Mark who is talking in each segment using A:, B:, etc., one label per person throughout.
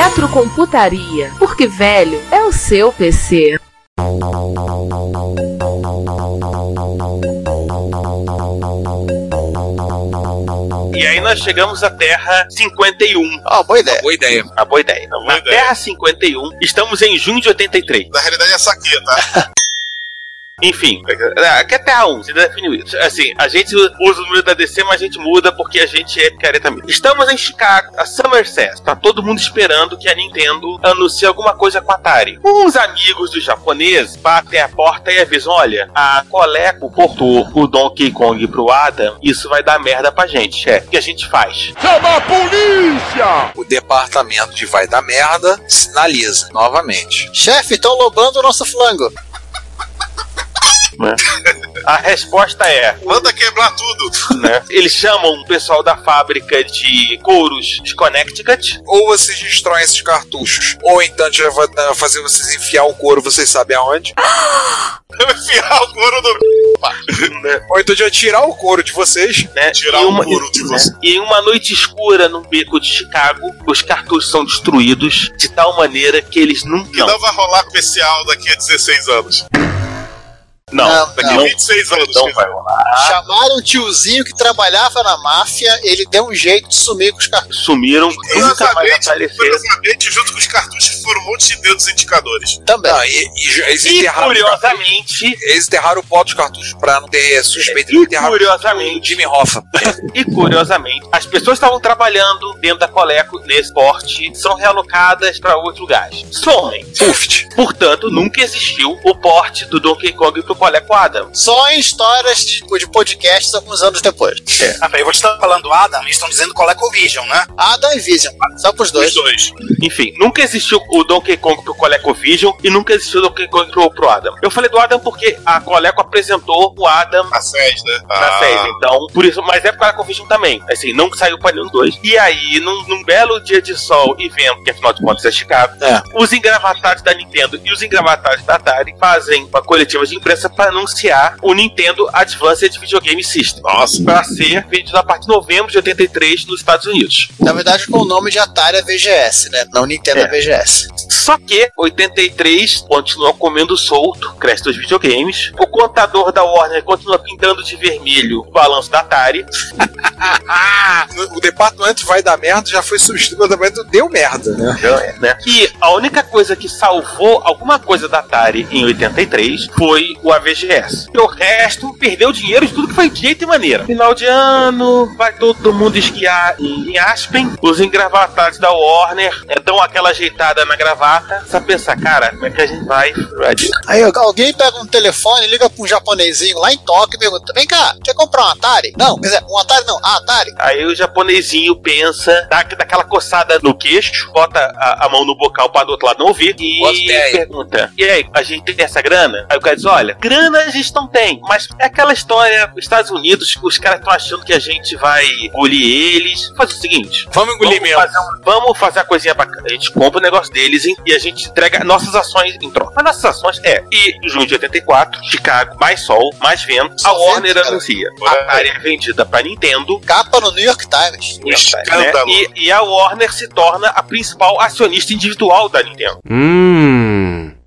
A: Retrocomputaria, porque velho é o seu PC.
B: E aí nós chegamos à Terra 51.
C: Ó, boa ideia.
D: Boa ideia.
B: Uma boa ideia. Na
C: ideia.
B: Terra 51, estamos em junho de 83.
C: Na realidade é essa aqui, tá?
B: Enfim, é, aqui é Terra 1, se definiu isso. Assim, a gente usa o número da DC, mas a gente muda porque a gente é picareta mesmo. Estamos em Chicago, a Somerset. Tá todo mundo esperando que a Nintendo anuncie alguma coisa com a Atari. Uns amigos dos japoneses batem a porta e avisam: olha, a Coleco portou o Donkey Kong pro Adam, isso vai dar merda pra gente. É, o que a gente faz?
D: O departamento de vai dar merda sinaliza novamente.
C: Chefe, estão lobando o nosso flango.
B: A resposta é.
C: Manda quebrar tudo.
B: né? Eles chamam o pessoal da fábrica de couros de Connecticut.
D: Ou vocês destroem esses cartuchos, ou então a gente vai fa- fazer vocês enfiar o couro, vocês sabem aonde.
C: Eu enfiar o couro no.
B: né?
D: Ou então a gente vai tirar o couro de vocês.
B: Né?
C: Tirar
B: E
C: o
B: uma-
C: couro de
B: né?
C: você.
B: E em uma noite escura num beco de Chicago, os cartuchos são destruídos de tal maneira que eles nunca.
C: E não vai rolar especial daqui a 16 anos.
B: não,
C: Daqui a 26 anos.
B: não
C: quer
B: vai rolar.
E: Chamaram um tiozinho que trabalhava na máfia, ele deu um jeito de sumir com os cartuchos.
B: Sumiram, nunca mais
C: Curiosamente,
B: apareceram.
C: curiosamente, junto com os cartuchos foram um monte de dedos indicadores.
E: Também.
D: Não, e, e já- eles,
B: E
D: enterraram,
B: curiosamente,
D: eles enterraram o pó dos cartuchos pra não ter suspeita de
B: E
D: enterrar
B: curiosamente-
D: o Jimmy Hoffa.
B: E curiosamente, as pessoas que estavam trabalhando dentro da Coleco nesse porte são realocadas para outros lugares. Somem.
D: Puft.
B: Portanto, nunca existiu o porte do Donkey Kong pro Coleco Adam.
E: Só em histórias tipo, de podcasts alguns anos depois.
F: Ah, peraí, vocês estão falando Adam, eles estão dizendo ColecoVision, né?
E: Adam e Vision, Ah, só pros dois.
C: Os dois.
B: Enfim, nunca existiu o Donkey Kong pro ColecoVision e nunca existiu o Donkey Kong pro, pro Adam. Eu falei do Adam porque a Coleco apresentou o Adam
C: A SES, né?
B: na
D: Tá
C: Ah,
B: série, então, por isso, mas é pro ColecoVision também. Assim, não saiu pra nenhum dois. E aí, num, num belo dia de sol e vento, que afinal de contas é Chicago,
D: É.
B: os engravatados da Nintendo e os engravatados da Atari fazem uma coletiva de imprensa para anunciar o Nintendo Advanced Videogame System.
C: Nossa.
B: Pra ser vendido a partir de novembro de 83 nos Estados Unidos.
E: Na verdade, com o nome de Atari é VGS, né? Não Nintendo
B: É.
E: é VGS.
B: Só que 83 continua comendo solto, cresce dos videogames. O contador da Warner continua pintando de vermelho o balanço da Atari.
D: O departamento vai dar merda já foi substituído pelo departamento deu merda, né?
B: né? Que a única coisa que salvou alguma coisa da Atari em 83 foi o AVGS. E o resto perdeu dinheiro de tudo que foi de jeito e maneira. Final de ano, vai todo mundo esquiar em, em Aspen. Os engravatados da Warner eh, dão aquela ajeitada na gravata. Só pensar, cara, como é que a gente vai?
E: Aí alguém pega um telefone, liga pra um japonesinho lá em Tóquio e pergunta: Vem cá, quer comprar um Atari? Não, quer dizer, um Atari não, ah, Atari.
B: Aí o japonesinho pensa, dá, dá aquela coçada no queixo, bota a, a mão no bocal pra do outro lado não ouvir
D: Bota
B: e
D: ideia.
B: pergunta: E aí, a gente tem essa grana? Aí o cara diz: Olha, grana a gente não tem, mas é aquela história, os Estados Unidos, os caras estão achando que a gente vai engolir eles. Faz o seguinte.
D: Vamos engolir
B: Vamos
D: mesmo.
B: fazer, um- vamos fazer a coisinha bacana. A gente compra o negócio deles hein, e a gente entrega nossas ações em troca. As nossas ações é. E em junho de 84, Chicago, mais sol, mais vento. A
E: Só vento,
B: Warner
E: cara.
B: anuncia. A Atari é vendida pra Nintendo
E: Capa no New York Times.
C: Um escândalo.
B: né? E, e a Warner se torna a principal acionista individual da Nintendo.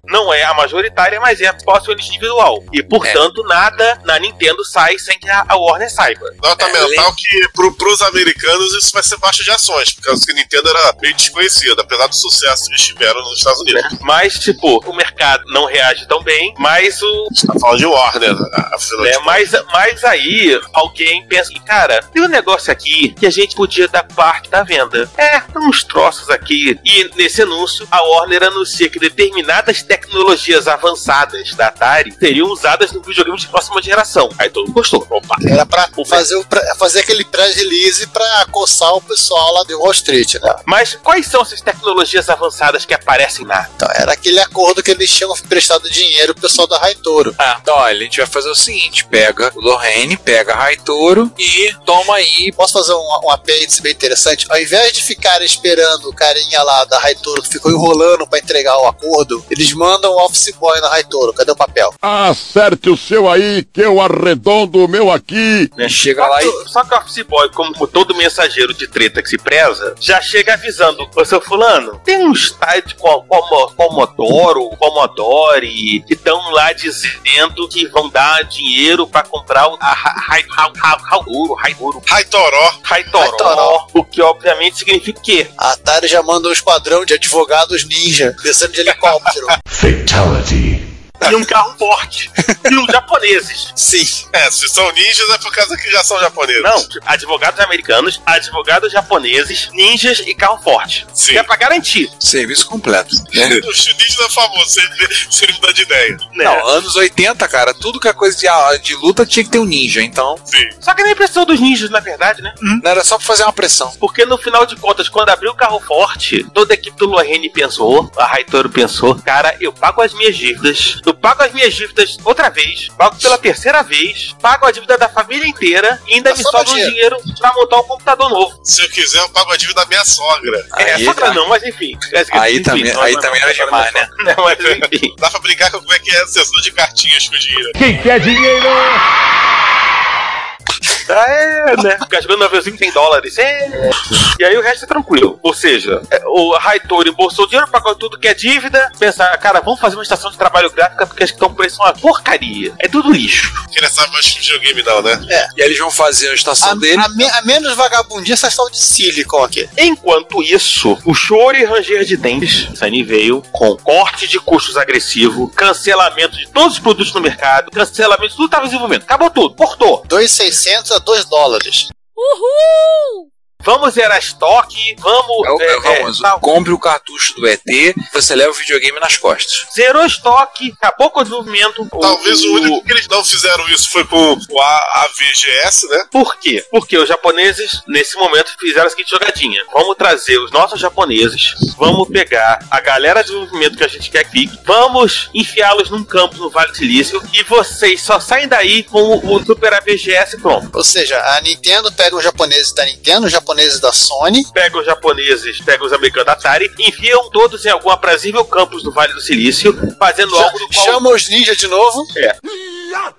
B: Não é a majoritária, mas é a principal acionista individual. E, portanto, nada na Nintendo sai sem que a a Warner saiba.
C: Nota
D: É,
C: mental que pro, pros americanos isso vai ser baixa de ações, por causa que Nintendo era meio desconhecida, apesar do sucesso que eles tiveram nos Estados Unidos.
B: Mas, tipo, o mercado não reage tão bem, mas o.
C: A gente tá falando de Warner, a- afinal de
B: Né, mas, mas aí alguém pensa que, cara, tem um negócio aqui que a gente podia dar parte da venda. É, tem uns troços aqui. E nesse anúncio, a Warner anuncia que determinadas tecnologias tecnologias avançadas da Atari seriam usadas no videogame de próxima geração. Aí todo mundo gostou. Opa.
E: Era pra
B: O
E: fazer, o pre- fazer aquele pré-release pra coçar o pessoal lá de Wall Street, né?
B: Mas quais são essas tecnologias avançadas que aparecem lá?
E: Então, era aquele acordo que eles tinham prestado dinheiro pro pessoal da Raitoro.
D: Ah, então olha, a gente vai fazer o seguinte: pega o Lorraine, pega a Raitoro e toma aí.
E: Posso fazer um, um apêndice bem interessante? Ao invés de ficarem esperando o carinha lá da Raitoro que ficou enrolando pra entregar o acordo, eles mandam o office boy na Raitoro. Cadê o papel?
G: Acerte o seu aí, que eu arredondo o meu aqui.
B: né?
D: Chega
B: Só
D: lá
B: que-
D: e-
B: Só que o office boy, como todo mensageiro de treta que se preza, já chega avisando: Ô seu Fulano, tem uns tais de com- como- Comodoro, Commodore, que estão lá dizendo que vão dar dinheiro pra comprar o a Ra- Ra- Ra- Ra- Raiguro, Raiguro,
C: Raitoró.
B: Raitoró,
E: Raitoró.
B: o que obviamente significa o quê?
E: A Atari já manda um esquadrão de advogados ninja descendo de helicóptero.
B: E um carro forte. E os japoneses.
E: Sim.
C: É, se são ninjas é por causa que já são japoneses.
B: Não, advogados americanos, advogados japoneses, ninjas e carro forte.
C: Sim.
B: Que é pra garantir.
D: Serviço completo. né?
C: Os ninjas é famoso, se ele, se ele mudar de ideia.
B: Né?
D: Não, anos 80, cara, tudo que é coisa de, ah, de luta tinha que ter um ninja, então.
C: Sim.
B: Só que nem precisou dos ninjas, na verdade, né?
D: Não era só pra fazer uma pressão.
B: Porque no final de contas, quando abriu o carro forte, toda a equipe do Lorraine pensou, a Raitoro pensou, cara, eu pago as minhas dívidas, eu pago as minhas dívidas outra vez, pago pela terceira vez, pago a dívida da família inteira e ainda
E: Tá
B: me
E: sobra
B: sobra um dinheiro pra montar um computador novo.
C: Se eu quiser, eu pago a dívida da minha sogra.
B: é,
D: Aí,
B: só pra
D: cara.
B: não, mas enfim. É
D: Aí também- aí também era demais, né?
B: Não, mas enfim.
C: Dá pra brincar com como é que é a sessão de cartinhas com dinheiro.
G: Quem quer dinheiro?
B: Ah, é, né? Gastando novelzinho tem dólares. É. E aí o resto é tranquilo. Ou seja, é, o Raitor embolsou dinheiro, pagou tudo que é dívida. Pensar, cara, vamos fazer uma estação de trabalho gráfica porque as que estão por aí são uma porcaria. É tudo lixo.
C: Porque não sabe mais de videogame, não, né?
D: E aí eles vão fazer a estação
E: A,
D: dele.
E: a me- a menos vagabundia, essa tal de Silicon aqui.
B: Enquanto isso, o choro e ranger de dentes, Sunny veio com corte de custos agressivo, cancelamento de todos os produtos no mercado, cancelamento de tudo que estava em desenvolvimento. Acabou tudo, cortou.
E: 2,600 a 2 dólares.
H: Uhul!
B: Vamos zerar estoque, vamos.
D: É o- é
B: é,
D: o
B: é,
D: famoso,
B: tal.
D: compre o cartucho do ET, você leva o videogame nas costas.
B: Zerou estoque, acabou com o desenvolvimento.
C: Talvez o único que eles não fizeram isso foi com o A- AVGS, né?
B: Por quê? Porque os japoneses, nesse momento, fizeram a seguinte jogadinha. Vamos trazer os nossos japoneses, vamos pegar a galera de desenvolvimento que a gente quer que fique, vamos enfiá-los num campo no Vale do Silício e vocês só saem daí com o, o Super AVGS pronto.
E: Ou seja, a Nintendo pega um os japoneses da tá Nintendo, os japoneses da Sony,
B: Pega os japoneses, pega os americanos da Atari, enfiam todos em algum aprazível campus do Vale do Silício, fazendo algo do qual, é,
E: chama os ninja de novo.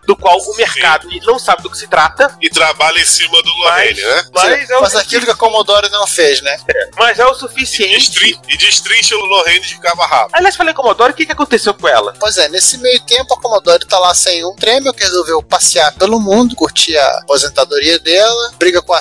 B: do qual o mercado não sabe do que se trata,
C: E trabalha em cima do Lorraine, né?
B: mas é o,
E: Mas aquilo que a Commodore não fez, né?
B: mas é o
C: E,
B: suficiente.
C: destrin e destrincha o Lorraine de cabo a rabo.
B: Aliás, falei Commodore, o que, que aconteceu com ela?
E: Pois é, nesse meio tempo a Commodore tá lá sem um prêmio, que resolveu passear pelo mundo, curtir a aposentadoria dela, briga com a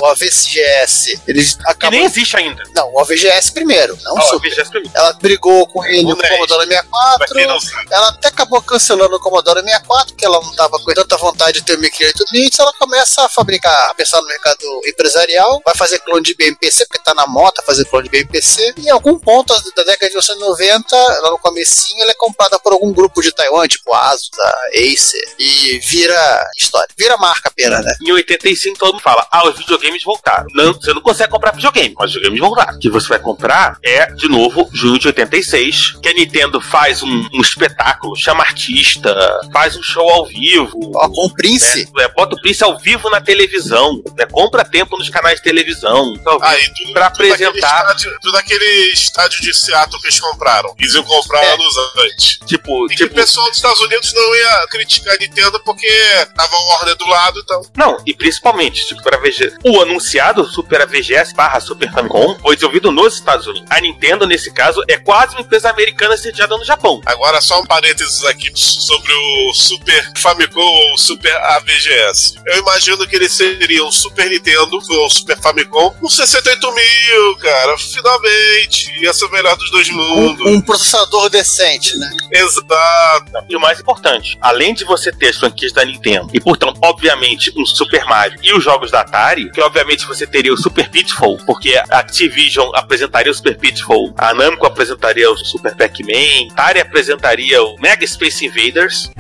E: AVGS. Eles
B: Que
E: acabam.
B: nem existe ainda.
E: Não, o AVGS primeiro, não o
B: Ó,
E: Super.
B: VGS pra mim.
E: Ela brigou com ele
C: O
E: no
C: NES.
E: Commodore
C: Pra quem
E: 64.
C: não sabe,
E: Ela até acabou cancelando o Commodore 64, porque ela não tava com tanta vontade de ter o micro 8 bits. Ela começa a fabricar, a pensar no mercado empresarial, vai fazer clone de BMPC, porque tá na moto fazer clone de BMPC. E em algum ponto da década de 1990, lá no comecinho, ela é comprada por algum grupo de Taiwan, tipo a Asus, a Acer, e vira história. Vira marca pena, né?
B: Em 85 todo mundo fala, ah, os videogames voltaram. Não, você não consegue comprar videogame, mas os videogames voltaram. O que você vai comprar é, de novo, junho de 86, que a Nintendo faz um, um espetáculo, chama artista, faz um show ao vivo.
E: Ó, com o Prince.
B: né? É, bota o Prince ao vivo na televisão, né? compra tempo nos canais de televisão. Então,
C: Aí, tudo,
B: Pra
C: tudo daquele
B: apresentar.
C: estádio- Tudo aquele estádio de Seattle que eles compraram. Eles iam comprar anos antes.
B: tipo,
C: E que o
B: É. tipo,
C: pessoal dos Estados Unidos não ia criticar a Nintendo porque tava o Warner do lado, então.
B: Não, e principalmente, Super AVGS. O anunciado Super AVGS barra Super Famicom foi desenvolvido nos Estados Unidos. A Nintendo, nesse caso, é quase uma empresa americana sediada no Japão.
C: Agora, só um parênteses aqui sobre o Super Famicom ou Super AVGS. Eu imagino que ele seria um Super Nintendo ou Super Famicom com 68 mil, cara. Finalmente! Ia ser o melhor dos dois mundos.
E: Um, um processador decente, né?
B: Um-
C: Exato.
B: E o mais importante, além de você ter as franquias da Nintendo, e portanto, obviamente, um Super Mario e os jogos da Atari, que obviamente você teria o Super Pitfall, porque a Activision apresentaria o Super Pitfall, a Namco apresentaria o Super Pac-Man, a Atari apresentaria o Mega Space Invaders.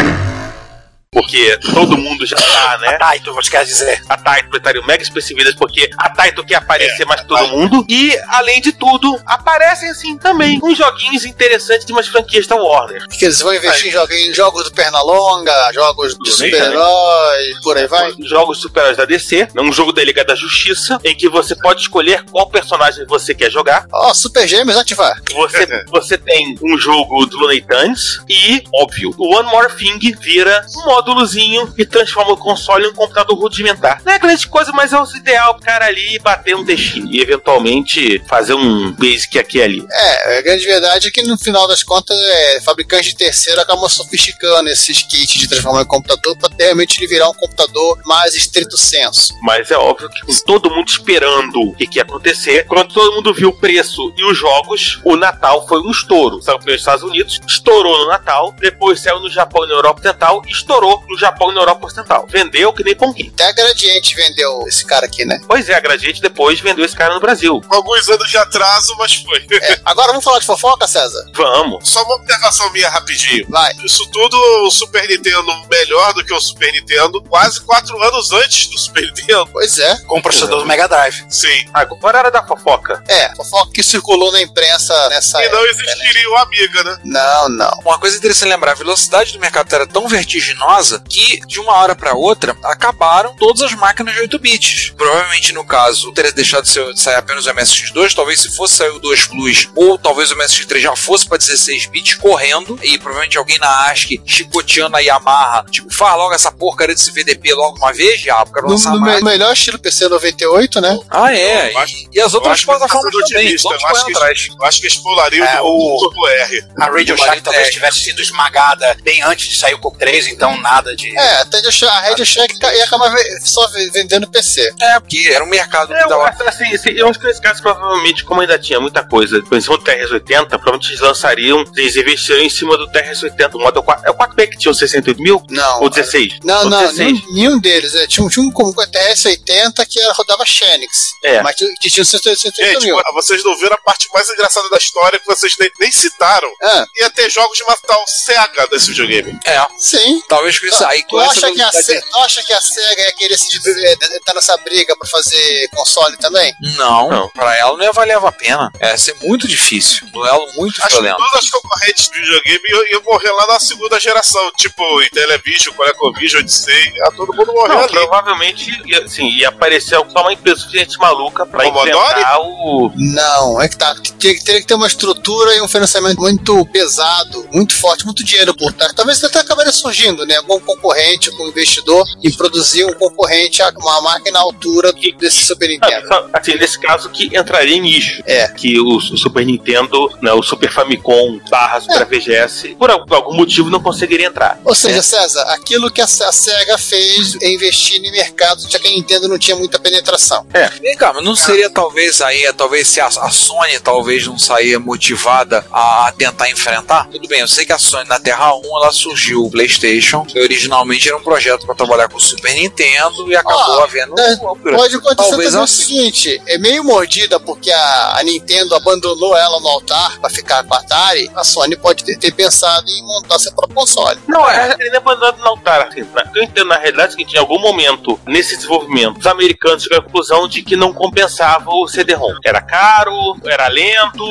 B: Porque todo mundo já tá, né?
F: Taito, então, você quer dizer.
B: A Taito apresentaria o Mega Space Invaders, porque a Taito quer aparecer mais que todo mundo. E, além de tudo, aparecem assim também uns joguinhos interessantes de umas franquias da Warner.
E: Que eles vão investir em, jogu- em jogos do Pernalonga, jogos de
B: Bonita,
E: super-herói, por aí vai.
B: Jogos super da DC, um jogo da Liga da Justiça, em que você pode escolher qual personagem você quer jogar.
E: Ó, Super Gêmeos ativar.
B: Você, você tem um jogo do Looney Tunes e, óbvio, o One More Thing vira um módulozinho que transforma o console em um computador rudimentar. Não é grande coisa, mas é o ideal pro cara ali bater um TX e eventualmente fazer um basic aqui e ali.
E: É, a grande verdade é que no final das contas, é, fabricantes de terceiro acabam sofisticando esses kits de transformar em computador pra realmente ele virar um computador mais estrito senso.
B: Mas é óbvio que com todo mundo esperando o que, que ia acontecer, quando todo mundo viu o preço e os jogos, o Natal foi um estouro. Saiu pelos Estados Unidos, estourou no Natal, depois saiu no Japão e na Europa Ocidental, estourou no Japão e na Europa Ocidental. Vendeu que nem pãoquinho.
E: Até a Gradiente vendeu esse cara aqui, né?
B: Pois é, a Gradiente depois vendeu esse cara no Brasil.
C: Com alguns anos de atraso, mas foi.
E: É, agora vamos falar de fofoca, César?
B: Vamos.
C: Só uma observação minha rapidinho.
E: Vai.
C: Isso tudo, o Super Nintendo melhor do que o Super Nintendo, quase quatro anos antes do Super Nintendo.
E: Pois é.
F: Com o processador do Mega Drive.
C: Sim.
B: Agora era da fofoca.
E: É, fofoca que circulou na imprensa nessa
C: E
E: época.
C: não existiria o Amiga, né?
E: Não, não.
D: Uma coisa interessante lembrar, a velocidade do mercado era tão vertiginosa que, de uma hora para outra, acabaram todas as máquinas de 8 bits. Provavelmente, no caso, teria deixado de sair apenas o MSX2, talvez se fosse sair o 2 Plus, ou talvez o MSX3 já fosse para 16 bits, correndo, e provavelmente alguém na ASCII chicoteando a Yamaha, tipo, faz logo essa porcaria desse VDP logo uma vez, já, porque eu
E: No,
D: lançar
E: no me-
D: mais.
E: melhor estilo PC 98, né?
D: Ah, é.
C: Eu acho-
D: E, e as outras
C: acho que
D: plataformas
C: tá sendo
D: também,
C: otimista,
D: vamos
C: eu acho
D: correr
C: que-
D: atrás.
C: Eu acho que exploraria
F: É,
C: o,
F: o-
C: o Turbo R.
F: A Radio Shack talvez
D: é.
F: tivesse sido esmagada bem antes de sair o Coco 3, então nada de.
E: É, até de- a Red Shack ca- ia acabar ve- só ve- vendendo PC.
D: É, porque era um mercado que
B: Eu
D: dava
B: acho, assim, assim, eu acho que nesse caso, provavelmente, como ainda tinha muita coisa, por exemplo, o TRS-80, provavelmente eles lançariam, eles investiram em cima do TRS-80, o Model 4. É o 4P que tinha os 68 mil?
E: Não.
B: Ou 16?
E: Não,
B: Ou
E: não,
B: 16.
E: nenhum, nenhum deles. É, tinha, um- tinha um como com TRS-80 que era- rodava Xenix.
B: É.
E: Mas que, que tinha 180
D: tipo,
C: Gente,
E: mil.
C: vocês não viram a parte mais engraçada da história que vocês nem, nem citaram.
E: Ah,
C: Ia ter jogos de Natal Sega desse videogame.
D: É,
E: sim.
D: talvez com isso aí.
E: Tu
D: com essa
E: acha, que a
D: velocidade-
E: Se- tu acha que a SEGA ia querer se div- eh, tá nessa briga pra fazer console também?
D: Não,
B: Não.
D: pra ela não ia valer a pena. É ia ser muito difícil. Um duelo muito
C: Acho que
D: violento.
C: todas as concorrentes de videogame iam, iam morrer lá na segunda geração. Tipo, Intellivision, Colecovision, Odyssey. Ah, todo mundo morreu
B: Não,
C: ali.
B: provavelmente, ia- assim, ia aparecer só uma empresa suficiente maluca pra
C: Commodore?
B: inventar o...
E: Não, é que tá. Teria que- teria que ter uma estrutura e um financiamento muito pesado, muito forte, muito dinheiro por trás. Talvez até acabaria surgindo, né? Algum concorrente, algum investidor e produzir um concorrente, a- uma máquina à altura do- desse Super
B: Sabe,
E: Nintendo.
B: só, assim, nesse caso que entraria em nicho.
E: É.
B: Que o, o Super Nintendo, né, o Super Famicom barra Super VGS, por algum, algum motivo não conseguiria entrar.
E: É. Ou seja, César, aquilo que a, Se- a SEGA fez é investir em mercados já que a Nintendo não tinha muita penetração.
D: Vem cá, mas não seria talvez aí, é, talvez se a, a Sony talvez não saia motivada a, a tentar enfrentar? Tudo bem, eu sei que a Sony na Terra 1 ela surgiu o PlayStation, que originalmente era um projeto pra trabalhar com o Super Nintendo e acabou
E: Ah,
D: havendo.
E: é, Pode acontecer
D: Talvez
E: também
D: a-
E: o seguinte: é meio mordida porque a, a Nintendo abandonou ela no altar pra ficar com a Atari. A Sony pode ter, ter pensado em montar seu próprio console.
B: Não, é, ele é abandonado no altar. Assim, na- eu entendo, na realidade, é o seguinte, em algum momento nesse desenvolvimento, os americanos chegaram à conclusão de que não compensava o CD-ROM. Era caro, era lento,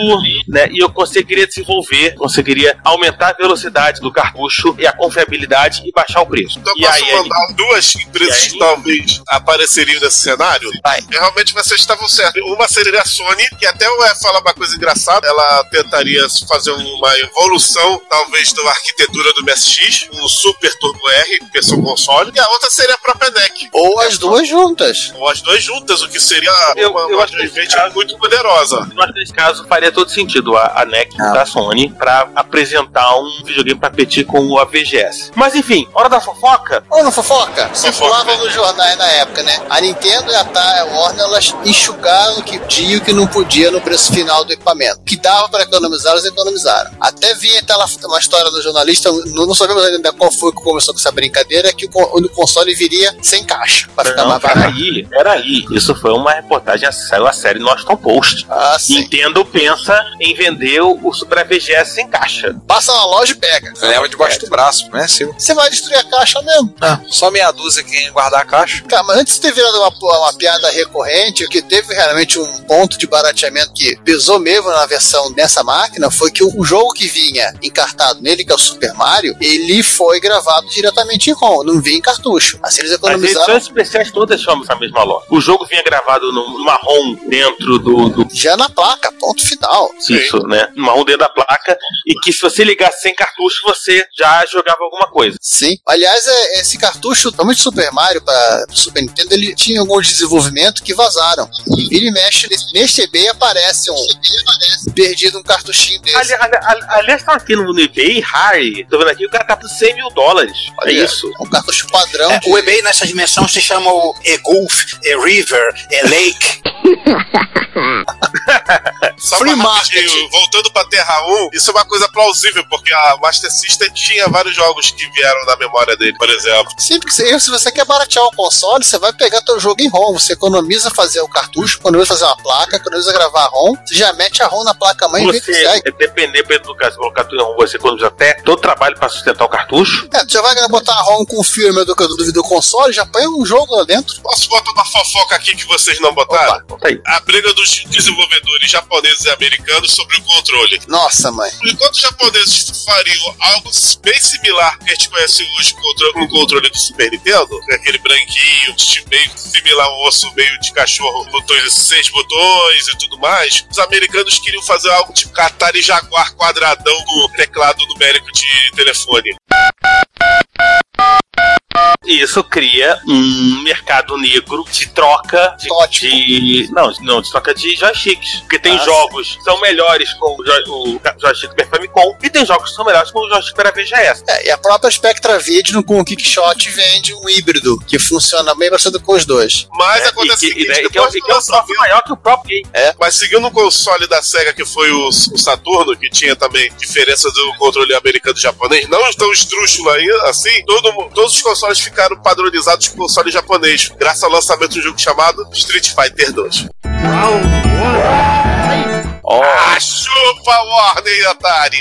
B: né? E eu conseguiria desenvolver, conseguiria aumentar a velocidade do cartucho e a confiabilidade e baixar o preço.
C: Então
B: e
C: posso
B: aí, ele-
C: mandar duas empresas
B: E aí?
C: que talvez apareceriam nesse cenário? É,
E: Vai.
C: Realmente vocês estavam certos. Uma seria a Sony, que até eu ia falar uma coisa engraçada. Ela tentaria fazer uma evolução, talvez, da arquitetura do MSX, um Super Turbo R, que é seu console. E a outra seria a própria NEC.
E: Ou as duas juntas.
C: Ou as duas juntas, o que seria
B: Eu-
C: uma,
B: eu
C: uma
B: acho que- é
C: joint venture muito poderosa.
B: Eu acho que nesse caso faria todo sentido
C: Ah.
B: a, a NEC da Sony pra apresentar um videogame pra competir com o AVGS. Mas enfim, assim, hora da fofoca,
E: Ou no fofoca?
C: Fofoca.
E: Circulavam nos jornais na época, né? A Nintendo e a Ta- a Warner elas enxugaram o que podia e o que não podia no preço final do equipamento. O que dava para economizar, eles economizaram. Até vinha aquela uma história do jornalista, não, não sabemos ainda qual foi que começou com essa brincadeira, que o, con- o console viria sem caixa, para ficar
B: Não,
E: mais barato.
B: peraí, peraí. Isso foi uma reportagem, saiu a série no Washington Post.
E: Ah, sim.
B: Nintendo pensa em vender o o Super VGS sem caixa.
E: Passa na loja e pega.
D: Leva debaixo do braço, né, Silvio?
E: Você vai destruir a caixa mesmo.
D: Só meia dúzia quem guardar a caixa.
E: Cara, mas antes de ter virado uma, uma piada recorrente, o que teve realmente um ponto de barateamento que pesou mesmo na versão dessa máquina foi que o jogo que vinha encartado nele, que é o Super Mario, ele foi gravado diretamente em ROM, não vinha em cartucho. Assim eles
B: As
E: economizaram.
B: edições especiais todas chamam essa mesma loja. O jogo vinha gravado no- numa ROM dentro do, do
E: Já na placa, ponto final.
B: isso, né? Numa ROM dentro da placa. E que se você ligasse sem cartucho, você já jogava alguma coisa.
E: Sim. Aliás, é- esse cartucho, principalmente Super Mario para Super Nintendo, ele tinha alguns desenvolvimento que vazaram. E vira e mexe, nesse- neste eBay aparece um. Perdido um cartuchinho desse.
B: Ali- ali- ali- Aliás, tá aqui no no eBay, Harry, tô vendo aqui, o cara tá por 100 mil dólares. É
E: Olha,
B: isso.
E: Um cartucho padrão.
F: É,
E: de-
F: o eBay nessa dimensão se chama o E-Gulf, E-River, E-Lake.
C: Só
E: Free
C: pra-
E: market.
C: rapidinho, Voltando pra Terra 1, isso é uma coisa plausível, porque a Master System tinha vários jogos que vieram da memória dele, por exemplo.
E: Sim, porque se, se você quer baratear o console, você vai pegar teu jogo em ROM. Você economiza fazer o cartucho, economiza fazer uma placa, economiza gravar ROM. Você já mete a ROM na placa mãe e vê que
B: Você,
E: sai.
B: é, depender pelo do cartucho, você economiza até todo trabalho pra sustentar o cartucho.
E: É, tu já vai botar a ROM com o firmware do, do, do console, já põe um jogo lá dentro.
C: Posso botar uma fofoca aqui que vocês não botaram?
B: Opa, tá aí.
C: A briga dos desenvolvedores japoneses e americanos sobre o controle.
E: Nossa, mãe.
C: Enquanto os japoneses fariam algo bem similar que a gente conhece hoje com o contro- com o controle do Super Nintendo, né, aquele branquinho, de meio similar a um osso meio de cachorro, botões de seis botões e tudo mais, os americanos queriam fazer algo tipo Atari Jaguar quadradão com teclado numérico de telefone.
B: Isso cria um mercado negro de troca de.
E: Tótico.
B: de- não, não, de troca de joysticks. Porque tem
E: Ah,
B: jogos que são melhores com o, joy, o ca- joystick Super Famicom e tem jogos que são melhores com o joystick para VGS.
E: É, e a própria Spectra Video com o Kickshot vende um híbrido que funciona bem parecido com os dois.
C: Mas
B: E que,
C: acontece
B: e,
C: o seguinte,
B: daí- que é, o-
C: depois
B: e
C: do
B: que é um troço
C: lançamento-
B: maior que o próprio game.
C: Mas seguindo o console da SEGA, que foi o, o Saturno, que tinha também diferença do controle americano e japonês, não tão esdrúxula aí, assim, todo mu- todos os consoles ficaram padronizados com o console japonês, graças ao lançamento de um jogo chamado Street Fighter 2. Ah, chupa Warner, Atari!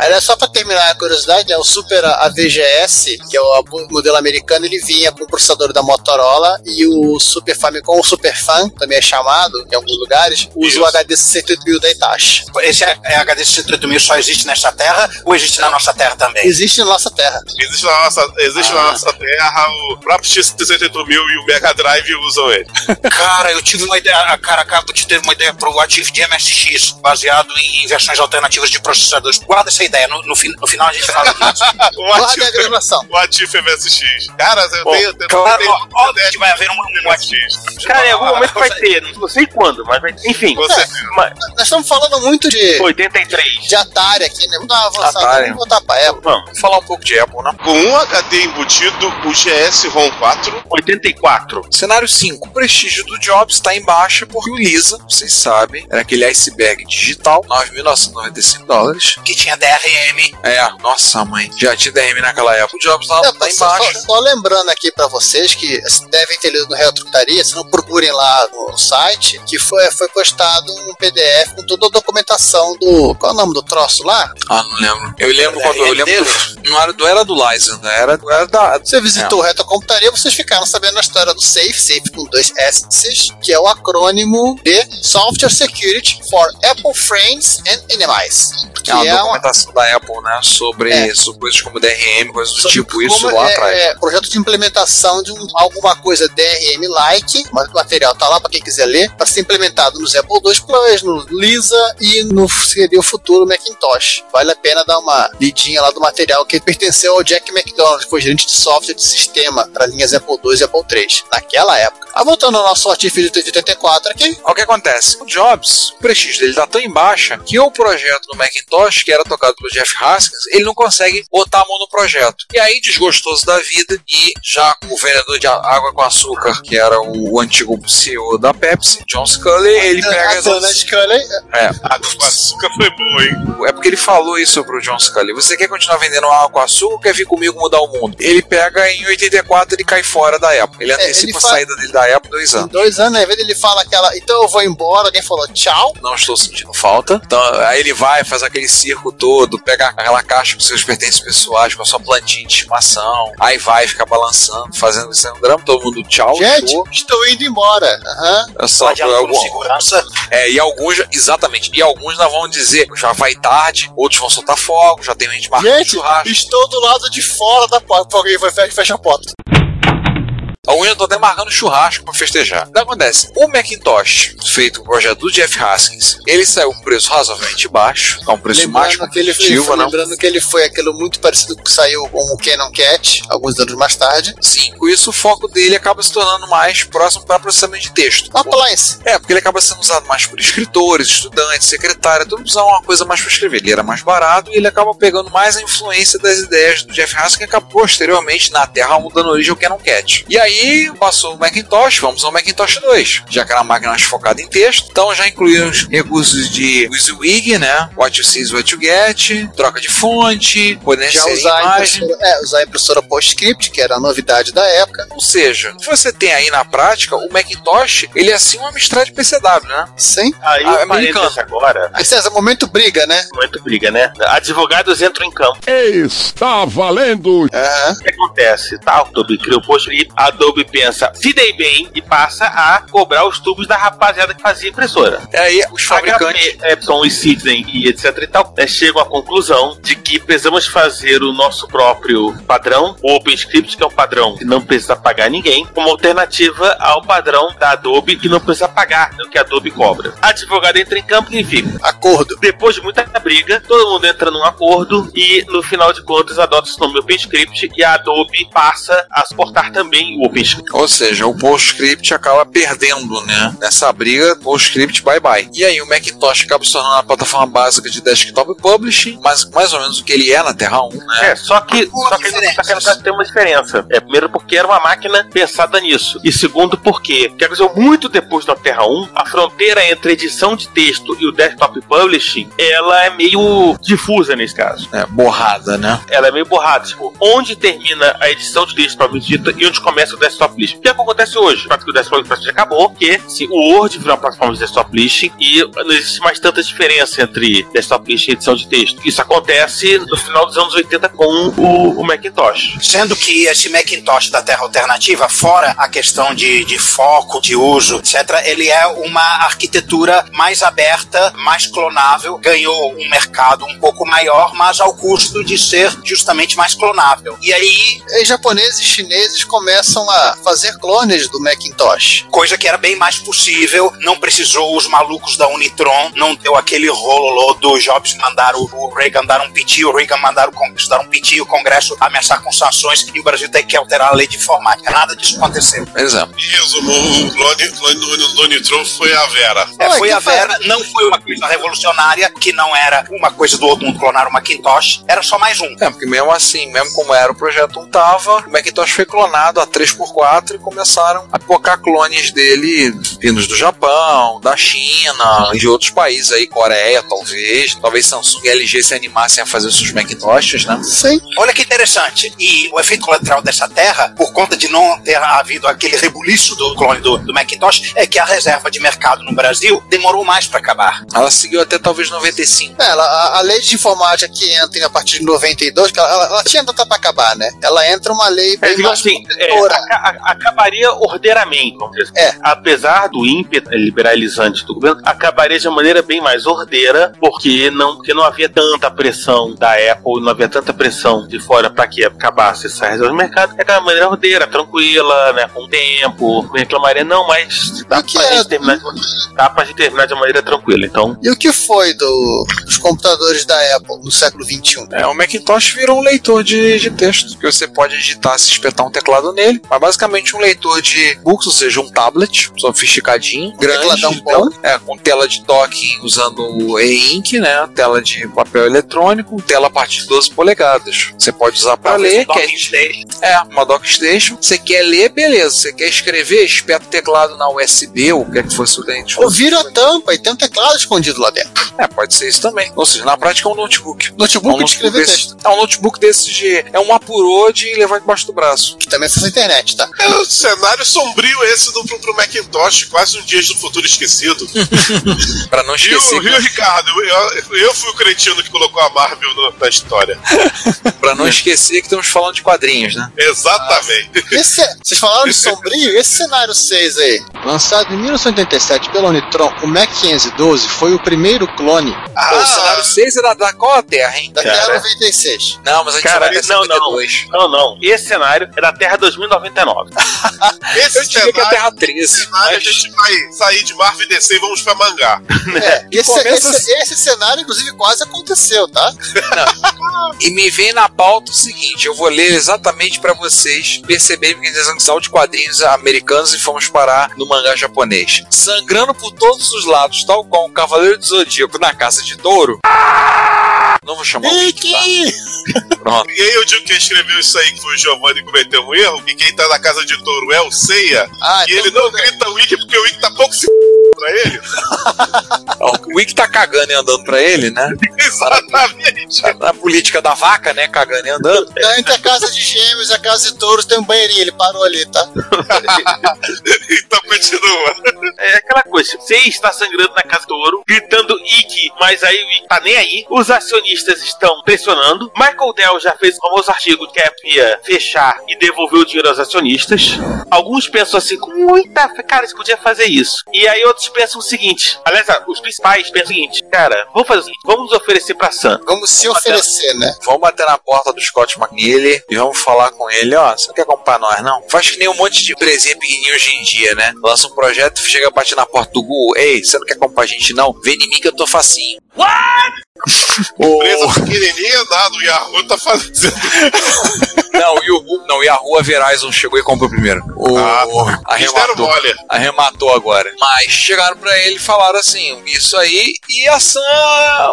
E: Era só pra terminar a curiosidade, né, o Super AVGS, que é o abu- modelo americano, ele vinha com o processador da Motorola e o Super Famicom, o Super Fan, também é chamado em alguns lugares, usa
C: Isso.
E: o HD 68000 da Hitachi.
F: Esse é- é HD 138 mil só existe nesta terra ou existe na nossa terra também?
E: Existe na nossa terra.
C: Existe na nossa, existe na nossa terra, o próprio X68000 e o Mega Drive usam ele.
F: Cara, eu tive uma ideia. a- Cara, acabo de ter uma ideia pro Ative de MSX, baseado em versões alternativas de processadores. Guarda essa ideia, no, no fin- no final a gente fala disso.
C: O
E: Guarda a
C: Atif,
E: gravação.
C: o Atif MSX. Cara, eu tenho... eu
F: Claro,
C: tenho-
F: ó, óbvio que vai haver um, um Ative.
B: Cara, em algum
F: Ah,
B: momento vai
F: você-
B: ter, não sei quando, mas vai ter. Enfim, é,
C: Você-
B: mas-
E: Nós estamos falando muito de,
B: 83.
E: de Atari aqui, né? Vamos dar uma avançada,
D: Atari.
E: vamos voltar pra época.
B: Vamos,
D: Vamos falar um pouco de Apple, né?
C: Com um HD embutido, o GS-ROM 4
B: 84.
D: Cenário 5. O prestígio do Jobs
F: tá
D: está em baixa porque o Lisa, vocês sabem, era aquele iceberg digital, 9.995 dólares.
F: Que tinha DRM.
D: É, nossa mãe, já tinha DRM naquela época. O Jobs lá
E: Não,
D: tá em
E: É, só, só-
D: baixa.
E: só lembrando aqui pra vocês que devem ter lido no Retrotaria, se não procurem lá no site, que foi, foi postado um PDF com toda a documentação do. Qual é o nome do troço lá?
D: Ah, não lembro. Eu lembro quando eu
F: DRM
D: lembro. do- Não era do, era do Liza, né? era, era da.
E: Você
D: É.
E: visitou o Retrocomputaria, vocês ficaram sabendo a história do SAFE, SAFE com dois S's, que é o acrônimo de Software Security for Apple Friends and Enemies. Que
D: É uma
E: é, uma
D: documentação da Apple, né? Sobre,
E: É.
D: sobre coisas como DRM, coisas do
E: Sobre
D: tipo
E: como
D: isso lá
E: é,
D: atrás.
E: é, projeto de implementação de um- alguma coisa DRM-like, mas o material tá lá para quem quiser ler, para ser implementado nos Apple II Plus, no Lisa e no seria o futuro Macintosh. Vale a pena dar uma lidinha lá do material que pertenceu ao Jack McDonald, que foi gerente de software de sistema para linhas Apple II e Apple III, naquela época. Ah, voltando ao nosso artifício de 84 aqui,
D: Olha O que acontece? O Jobs, o prestígio dele tá tão em baixa que o projeto do Macintosh, que era tocado pelo Jeff Haskins, ele não consegue botar a mão no projeto. E aí, desgostoso da vida, e já o vendedor de a- água com açúcar, que era o antigo CEO da Pepsi, John Scully, ele pega
E: né, A dona
D: essas-
E: Scully,
D: É,
C: Água com açúcar foi boa, hein?
D: é porque ele falou isso pro John Scully. Você quer continuar vendendo água com açúcar ou quer vir comigo mudar o mundo? Ele pega em 84 ele cai fora da Apple. Ele antecipa
E: É, ele
D: a
E: fa-
D: saída dele da Apple dois
E: em
D: anos.
E: dois anos, às vezes ele fala aquela, então eu vou embora, alguém falou tchau.
D: Não estou sentindo falta. Então, aí ele vai, faz aquele circo todo, pega aquela caixa com seus pertences pessoais, com a sua plantinha de estimação. Aí vai, fica balançando, fazendo esse drama, todo mundo tchau,
E: Gente,
D: show.
E: estou indo embora. Aham.
D: É só
F: Pode
E: Tá
F: ela
D: algum-
F: com segurança.
D: É, e alguns, já- exatamente, e alguns ainda vão dizer, já vai tarde, outros vão soltar fogo, já tem gente marcando
E: Gente,
D: churrasco.
E: estou do lado de fora da porta. Alguém vai fe- fecha a porta.
D: Alguns já estão até marcando churrasco para festejar. O que acontece? O Macintosh, feito com o projeto do Jeff Haskins, ele saiu com um preço razoavelmente baixo, é um preço mais
E: Lembrando que, ele foi,
D: competitivo, né?
E: lembrando que ele foi aquilo muito parecido que saiu com o Canon Cat alguns anos mais tarde.
D: Sim, com isso o foco dele acaba se tornando mais próximo para processamento de texto.
E: Um appliance.
D: É, porque ele acaba sendo usado mais por escritores, estudantes, secretária, tudo usar uma coisa mais para escrever. Ele era mais barato e ele acaba pegando mais a influência das ideias do Jeff Haskins, que acaba posteriormente na Terra 1 dando origem ao Canon Cat. E aí passou o Macintosh, vamos ao Macintosh 2, já que era uma máquina mais focada em texto, então já incluíram os recursos de WYSIWYG, né? What you see is what you get, troca de fonte, poder
E: Já
D: inserir
E: usar a,
D: é imagem.
E: impressora, é, usar a impressora PostScript, que era a novidade da época.
D: Ou seja, o que você tem aí na prática, o Macintosh, ele é sim uma mistura de PCW, né?
E: Sim.
B: Aí
D: Ah,
B: o
D: é
B: parênteses
D: brincando.
B: agora.
E: Aí, César, momento briga, né?
B: Muito briga, né? Advogados entram em campo.
G: Está valendo!
E: Aham.
B: O que acontece? Tá, o Adobe cria o post e a Adobe pensa, se dei bem, e passa a cobrar os tubos da rapaziada que fazia impressora.
D: É aí os fabricantes.
B: HP, Epson e Citizen e etc e tal, né, chegam à conclusão de que precisamos fazer o nosso próprio padrão, o OpenScript, que é um padrão que não precisa pagar ninguém, como alternativa ao padrão da Adobe, que não precisa pagar né, o que a Adobe cobra. A advogada entra em campo e enfim,
E: Acordo.
B: depois de muita briga, todo mundo entra num acordo e no final de contas adota esse nome OpenScript e a Adobe passa a suportar também o OpenScript.
D: Ou seja, o PostScript acaba perdendo, né? Nessa briga, PostScript bye bye. E aí o Macintosh acaba se tornando a plataforma básica de desktop publishing, mas mais ou menos o que ele é na Terra 1, né?
B: É, só que,
D: Algumas
B: só que, ele- só que
D: diferenças.
B: ela tem uma diferença. É, primeiro, porque era uma máquina pensada nisso. E segundo, porque, que aconteceu muito depois da Terra 1, a fronteira entre edição de texto e o desktop publishing, ela é meio difusa nesse caso.
D: É, borrada, né?
B: Ela é meio borrada. Tipo, onde termina a edição de texto propriamente dita e onde começa o desktop publishing. O que é que acontece hoje? Praticamente o desktop publishing acabou, porque assim, o Word virou uma plataforma de desktop publishing e não existe mais tanta diferença entre desktop publishing e edição de texto. Isso acontece no final dos anos 80 com o- o Macintosh.
F: Sendo que esse Macintosh da Terra Alternativa, fora a questão de, de foco, de uso, etc., ele é uma arquitetura mais aberta, mais clonável, ganhou um mercado um pouco maior, mas ao custo de ser justamente mais clonável. E aí,
E: E japoneses e chineses começam a fazer clones do Macintosh.
F: coisa que era bem mais possível, não precisou os malucos da Unitron, não deu aquele rololô do Jobs mandar o, o Reagan dar um piti, o Reagan mandar o Congresso dar um piti, o Congresso ameaçar com sanções e o Brasil ter que alterar a lei de informática. Nada disso aconteceu.
D: Por exemplo.
C: Em resumo, o clone, clone do Donitron foi a Vera.
F: É,
E: Ué,
F: foi
E: que
F: a
E: foi?
F: Vera, não foi uma coisa revolucionária, que não era uma coisa do outro mundo clonar o Macintosh, era só mais um.
D: É, porque mesmo assim, mesmo como era o projeto 1 tava, o Macintosh foi clonado a 3x4 e começaram a colocar clones dele vindos do Japão, da China, de outros países aí, Coreia, talvez. Talvez Samsung e LG se animassem a fazer os seus Macintoshes, né?
E: Sim.
F: Olha que interessante. E o efeito colateral dessa terra, por conta de não ter havido aquele rebuliço do clone do, do Macintosh, é que a reserva de mercado no Brasil demorou mais para acabar.
D: Ela seguiu até talvez 95.
E: É, ela- a, a lei de informática que entra a partir de 92, que ela, ela, ela tinha data pra acabar, né? Ela entra uma lei
B: É,
E: bem
B: digamos
E: mais
B: assim, é,
E: protetora.
B: aca- a- acabaria ordeiramente, vamos dizer assim.
E: É.
B: Apesar do ímpeto é, liberalizante do governo, acabaria de uma maneira bem mais ordeira, porque não, porque não havia tanta pressão da Apple, não havia tanta pressão de fora para que acabasse essa reserva de mercado. É aquela maneira ordeira, tranquila, né, com tempo, não reclamaria, não, mas dá
E: O que
B: pra,
E: é-
B: gente terminar de, uma- dá pra gente terminar de uma maneira tranquila. Então,
E: E o que foi do- dos computadores da Apple no século um? XXI?
D: É, o Macintosh virou um leitor de, de texto, que você pode digitar se espetar um teclado nele, mas basicamente realmente um leitor de books, ou seja, um tablet sofisticadinho, grande,
E: Tecladão
D: então, é, com tela de toque usando o e-ink, né, tela de papel eletrônico, tela a partir de 12 polegadas. Você pode usar para
F: Talvez
D: ler,
F: um
D: quer
F: dockingstay.
D: é, uma dockstation. Você quer ler, beleza. Você quer escrever, espeta o teclado na USB ou o que é que fosse o dente.
E: Ou vira a tampa e tem um teclado escondido lá dentro.
D: É, pode ser isso também. Ou seja, na prática é um notebook.
E: Notebook
D: é um
E: de escrever
D: desse- É um notebook desse de. É um apurô de levar debaixo do braço.
E: Que também acessa a internet, tá?
C: É um cenário sombrio esse do, pro, pro Macintosh, quase um Dias do Futuro Esquecido.
D: Pra não
C: E o,
D: esquecer.
C: e o Ricardo, eu, eu fui o cretino que colocou a Marvel no- na história.
D: Pra não esquecer que estamos falando de quadrinhos, né?
C: Exatamente.
E: Esse, é- vocês falaram de sombrio? Esse cenário 6 aí, lançado em 1987 pela Unitron, o Mac 512 foi o primeiro clone
C: Ah,
D: Pô, o cenário 6 é da, da qual a Terra, hein?
E: da Terra
B: Cara.
E: 96.
D: Não, mas a gente
B: Cara,
D: vai até
B: não, não.
D: 52.
B: Não, não. Esse cenário é da Terra 2099.
C: esse
D: Eu diria que é a
C: cenário,
D: Terra 13.
C: cenário a gente vai sair de Marvel e descer e vamos pra mangá.
E: É, esse,
D: começa-
E: esse- esse cenário, inclusive, quase aconteceu, tá?
D: E me vem na pauta o seguinte: eu vou ler exatamente pra vocês perceberem que eles são tá de quadrinhos americanos e fomos parar no mangá japonês. Sangrando por todos os lados, tal qual um cavaleiro do zodíaco na caça de touro. Não vou chamar o vídeo, tá? Pronto.
C: E aí eu digo que quem escreveu isso aí, que foi o Giovanni, cometeu um erro, que quem tá na casa de touro é o Ceia,
E: Ah,
C: e ele não grita Wiki porque o Wiki tá pouco se pra ele.
D: Ó, O Wick tá cagando e andando pra ele, né? Tá
C: Exatamente.
D: Na política da vaca, né? Cagando e andando.
E: Então, entre a casa de gêmeos e a casa de touros tem um banheirinho, ele parou ali, tá?
C: Então continua.
B: É aquela coisa, você está sangrando na casa do ouro, gritando Ike, mas aí o Ike tá nem aí. Os acionistas estão pressionando. Michael Dell já fez o famoso artigo que havia fechar e devolver o dinheiro aos acionistas. Alguns pensam assim, com muita. fé, Cara, você podia fazer isso. E aí outros pensam o seguinte: aliás, ah, os principais pensam o seguinte, cara, vamos fazer o seguinte, vamos nos oferecer pra Sam.
E: Como se oferecer, né?
D: Vamos bater na porta do Scott McNeely e vamos falar com ele, ó. Você não quer comprar nós, não? Faz que nem um monte de empresinha pequenininha hoje em dia, né? Lança um projeto, chega a bater na porta do Google. Ei, você não quer comprar a gente, não? Vem em mim que eu tô facinho.
C: Empresa pequenininha, nada, o Yahoo tá fazendo.
D: Não, e o Google, não, e a rua Verizon chegou e comprou primeiro. O,
C: Ah, Eles deram
D: arrematou.
C: mole.
D: arrematou agora. Mas chegaram pra ele e falaram assim, isso aí, e a Sam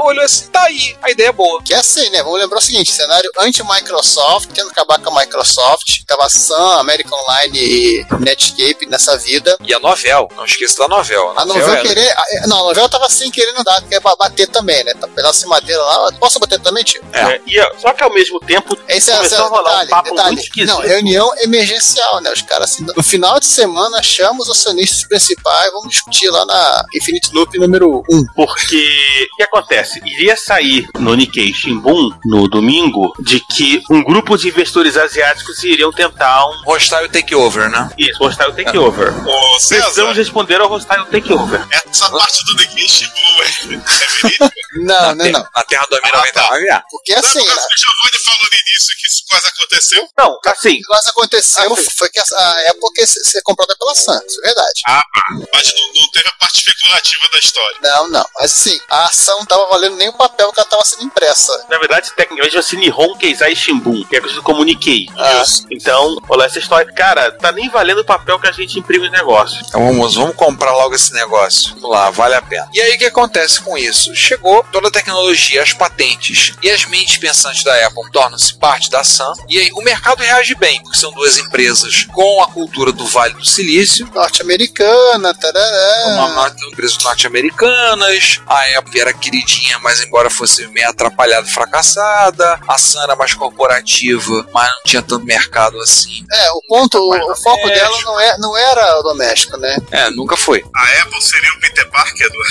D: olhou assim, tá aí, a ideia é boa.
E: Que é assim, né? Vamos lembrar o seguinte: cenário anti-Microsoft, tendo que acabar com a Microsoft, tava Sun, American Online e Netscape nessa vida.
D: E a novel, não esqueça da novel.
E: A novela querer. a- é, Não, a novela tava sem querendo dar, porque é pra bater também, né? Tá um pedaço de madeira lá. Posso bater também, tio?
D: É.
B: É, e, ó, só que ao mesmo tempo,
E: Esse é, esse é
B: Começou a
E: o
B: rolar um
E: detalhe.
B: papo
E: detalhe.
B: muito esquisito.
E: Não, reunião emergencial, né? Os caras assim. No final de semana, chamamos os acionistas principais, vamos discutir lá na Infinite Loop número 1.
B: Porque o que acontece? Iria sair no Nikkei Shimbun no domingo de que um grupo de investidores asiáticos iriam tentar um
D: Hostile Takeover, né?
B: isso, hostile takeover.
E: É.
C: Ô, César,
B: Precisamos responder ao hostile takeover.
C: essa parte do Nikin Shibu é verídica.
E: Não, não,
D: Te-
E: não.
D: Na terra do Amiral
C: Ah, tá.
D: Vendaval, é.
E: Porque assim,
C: Sabe o
E: né?
C: que o Giovanni falou no início que isso quase aconteceu?
B: Não, assim,
E: O negócio aconteceu
B: Ah, sim.
E: foi que a a Apple quer ser ser comprada pela Sun, isso é verdade.
C: Ah. Mas não, não teve a parte especulativa da história.
E: Não, não. Mas assim, a ação não tava valendo nem o papel que ela tava sendo impressa.
B: na verdade, tecnicamente vai ser Nihon Keizai Shimbun, que é conhecido como Nikkei.
E: Ah.
B: Então, olha essa história. Cara, tá nem valendo o papel que a gente imprime no negócio.
D: Então vamos, vamos comprar logo esse negócio. Vamos lá, vale a pena. E aí o que acontece com isso? Chegou toda a tecnologia, as patentes e as mentes pensantes da Apple tornam-se parte da Sun. E aí o mercado reage bem, porque são duas empresas com a cultura do Vale do Silício.
E: Norte-americana, tarará.
D: Uma norte- empresas norte-americanas, a Apple era queridinha, mas embora fosse meio atrapalhada e fracassada, a Sun era mais corporativa, mas não tinha tanto mercado assim.
E: É, o ponto, o, o foco dela não, é, não era o doméstico, né?
D: É, nunca foi.
C: A Apple seria o Peter Parker do...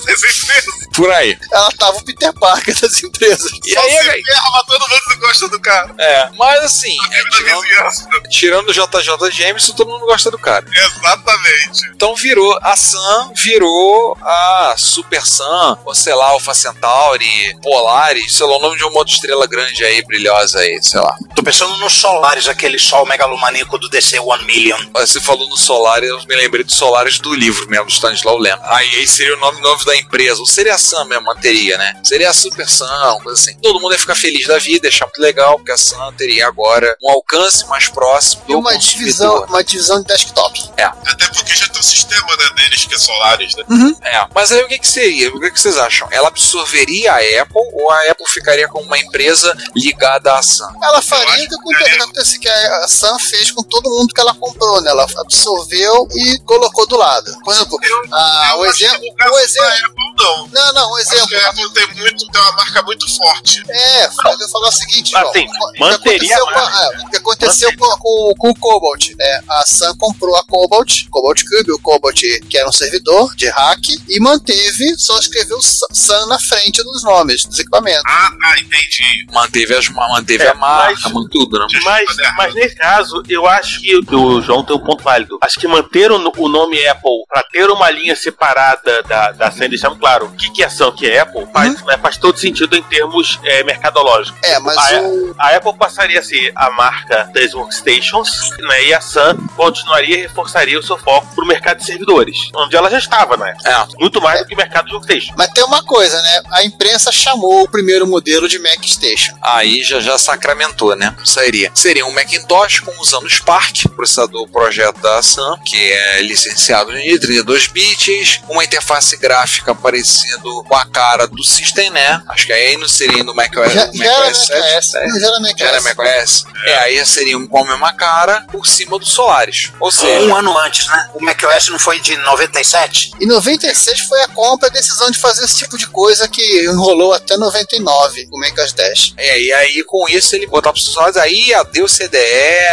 C: das empresas.
D: Por aí.
E: Ela tava o Peter Parker das empresas.
D: E
C: Só
D: aí,
C: se ferra, mas todo mundo gosta do cara.
D: É, mas assim, é,
C: Da
D: tirando,
C: vizinhança.
D: tirando o JJ Jameson, todo mundo gosta do cara.
C: Exatamente.
D: Então virou, a Sam virou a Super Sam, ou sei lá, Alpha Centauri, Polaris, sei lá, o nome de uma outra estrela grande aí, brilhosa aí, sei lá.
F: Tô pensando nos Solares, aquele sol megalomaníaco do DC One Million.
D: Mas Você falou no Solar, eu me lembrei do Solaris do livro mesmo, do Stanislaw Lem. Aí, aí seria o nome novo da empresa, ou seria a Sam mesmo, a teria, né? Seria a Super Sam, coisa assim. Todo mundo ia ficar feliz da vida, ia achar muito legal, porque a Sam teria agora um alcance mais próximo
E: E
D: do
E: uma
D: consumidor.
E: divisão, uma divisão de desktop.
C: Até porque já tem um sistema né, deles que é Solaris, né?
D: É, mas aí o que, que seria? O que, que vocês acham? Ela absorveria a Apple ou a Apple ficaria como uma empresa ligada à Sam?
E: Ela
C: acho
E: faria
C: que
E: com o que
C: é.
E: acontece que a Sam fez com todo mundo que ela comprou, né? Ela absorveu e colocou do lado. Por exemplo, ah,
C: Eu
E: o
C: acho que
E: exemplo.
C: no caso
E: O exemplo.
C: da Apple, Ah, é não.
E: Não, não, um
C: Acho
E: exemplo.
C: que a Apple tem, muito, tem uma marca muito forte.
E: É, eu vou falar o seguinte, ó,
B: Assim,
E: o que
B: manteria
E: aconteceu com a- é, O que aconteceu com, com- com o Cobalt, né? A Sun comprou a Cobalt, Cobalt Cube, o Cobalt que era um servidor de hack, e manteve, só escreveu Sun- Sun na frente dos nomes, dos equipamentos.
C: Ah, ah, entendi.
D: Manteve, as, manteve
B: É,
D: a marca,
B: mas-
D: manteve tudo, né?
B: Mas, mas nesse caso, eu acho que o João tem um ponto válido. Acho que manter o, no- o nome Apple pra ter uma linha separada da, da Sam, deixar claro o que, que é Sam, o que é Apple,
E: Uhum.
B: faz, é, faz todo sentido em termos é, mercadológicos.
E: É, mas
B: Ah, é?
E: o.
B: A Apple passaria a ser a marca das workstations, né? E a Sun continuaria e reforçaria o seu foco pro mercado de servidores, onde ela já estava, né?
D: É.
B: Muito mais do que o mercado de workstation.
E: Mas tem uma coisa, né? A imprensa chamou o primeiro modelo de Mac Station.
D: Aí já, já sacramentou, né? Sairia. Seria um Macintosh com usando o Spark, processador projeto da Sam, que é licenciado em 32 bits, uma interface gráfica parecendo com a cara do System, né? Acho que aí não seria ainda o macOS,
E: Já,
D: o
E: já era
D: macOS 7,
E: Mac OS.
D: né?
E: Já era Mac
D: Já era
E: OS.
D: macOS? É, aí seria um com a mesma cara por cima do Solaris. Ou seja,
F: Um ano antes, né? O macOS não foi de 97?
E: Em 96 foi a compra, a decisão de fazer esse tipo de coisa que enrolou até 99, o Mac OS 10.
D: É, e aí com isso ele botar pros usuários, aí adeus CDE,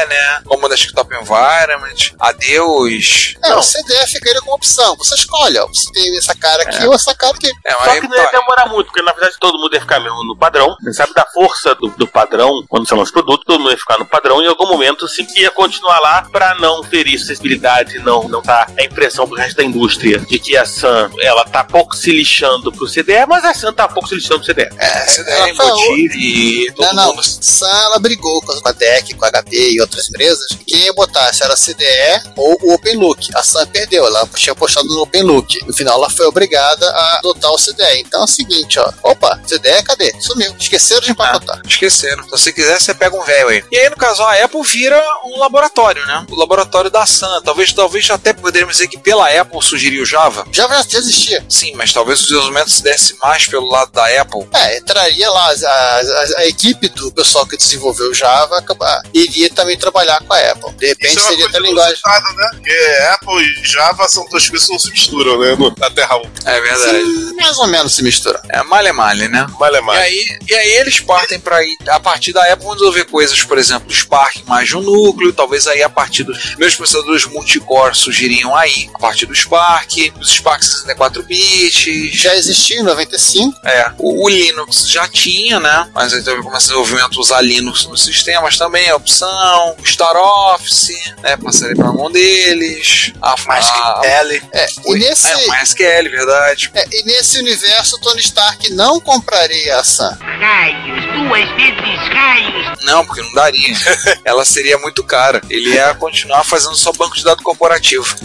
D: né? Como da Desktop Environment, adeus.
E: É,
B: Não.
E: o CDF ficaria com opção. Você escolhe, ó. Você tem essa cara aqui ou essa cara aqui.
D: É,
B: Só
D: aí
B: que não ia
D: tá.
B: demorar muito, porque na verdade todo mundo ia ficar mesmo no padrão. Você sabe da força do, do padrão, quando você lança o produto, todo mundo ia ficar no padrão e em algum momento se ia continuar lá pra não ferir acessibilidade, não, não tá a impressão pro resto da indústria de que a Sam ela tá pouco se lixando pro CDE, mas a Sam tá pouco se lixando pro CDE.
D: É, CDE,
E: ela foi a
D: Motive, todo
E: Não, não.
D: mundo.
E: Sam, ela brigou com a DEC, com a HP e outras empresas. que Quem ia botar se era CDE ou o OpenLook. A Sam perdeu. Ela tinha postado no OpenLook. No final, ela foi obrigada a adotar o CDE. Então é o seguinte, ó. Opa, CDE, cadê? Sumiu. Esqueceram de
D: Ah.
E: empacotar.
D: Esqueceram. Se você quiser, você pega um velho aí. E aí, no caso, a Apple vira um laboratório, né? O laboratório da Sun. Talvez, talvez até poderíamos dizer que pela Apple sugeriu o Java.
E: Já já existia.
D: Sim, mas talvez o desenvolvimento se desse mais pelo lado da Apple.
E: É, entraria lá as- as- as- a, equipe do pessoal que desenvolveu o Java acabar, iria também trabalhar com a Apple. De
D: é
E: repente seria até linguagem.
C: é inusitada, né? Porque Apple e Java são duas coisas que não se misturam, né? No- na Terra 1.
D: É verdade.
E: Sim, mais ou menos se mistura.
D: É malha malha, né?
C: Vale
D: E
C: é mais.
D: aí, e aí eles partem para ir. A partir da Apple vão desenvolver coisas, por exemplo, do Spark mais de um núcleo, talvez aí a partir dos meus processadores multicore surgiriam aí, a partir do Spark, os Spark 64 bits.
E: Já existia em 95.
D: É, o, o Linux já tinha, né? Mas aí também começa o desenvolvimento a usar Linux nos sistemas também, é opção, o Star Office, né? Passaria pra mão deles. A,
F: Mas
D: a,
F: que L.
E: E nesse,
D: é, o MySQL, verdade.
E: é, e nesse universo, Tony Stark não compraria a Sam.
F: É.
D: Não, porque não daria. Ela seria muito cara. Ele ia continuar fazendo só banco de dados corporativo.